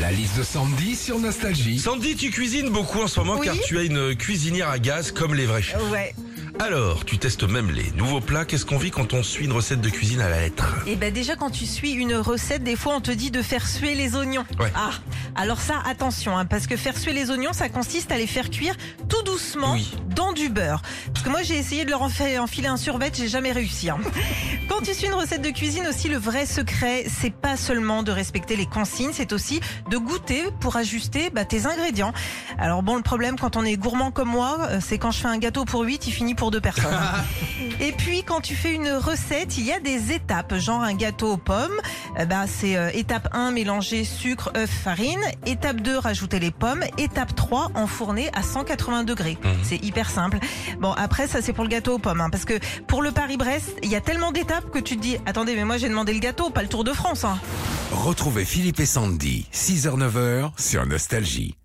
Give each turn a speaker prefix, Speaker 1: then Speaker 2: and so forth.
Speaker 1: La liste de Sandy sur Nostalgie.
Speaker 2: Sandy, tu cuisines beaucoup en ce moment
Speaker 3: Oui.
Speaker 2: car tu as une cuisinière à gaz comme les vrais chefs.
Speaker 3: Ouais.
Speaker 2: Alors, tu testes même les nouveaux plats. Qu'est-ce qu'on vit quand on suit une recette de cuisine à la lettre
Speaker 3: Et ben déjà quand tu suis une recette, des fois on te dit de faire suer les oignons.
Speaker 2: Ouais.
Speaker 3: Ah, alors ça attention, hein, parce que faire suer les oignons, ça consiste à les faire cuire tout doucement
Speaker 2: Oui.
Speaker 3: dans du beurre. Parce que moi j'ai essayé de leur en fa- enfiler un survêt, j'ai jamais réussi. hein. Quand tu suis une recette de cuisine aussi, le vrai secret, c'est pas seulement de respecter les consignes, c'est aussi de goûter pour ajuster bah, tes ingrédients. Alors bon, le problème quand on est gourmand comme moi, euh, c'est quand je fais un gâteau pour 8, il finit pour deux personnes. Et puis quand tu fais une recette, il y a des étapes, genre un gâteau aux pommes, eh ben, c'est euh, étape 1 mélanger sucre, œuf, farine, étape 2 rajouter les pommes, étape 3 enfourner à 180 degrés.
Speaker 2: Mhm.
Speaker 3: C'est hyper simple. Bon après ça c'est pour le gâteau aux pommes hein, parce que pour le Paris-Brest, il y a tellement d'étapes que tu te dis attendez mais moi j'ai demandé le gâteau, pas le Tour de France hein.
Speaker 1: Retrouvez Philippe et Sandy, 6h-9h sur Nostalgie.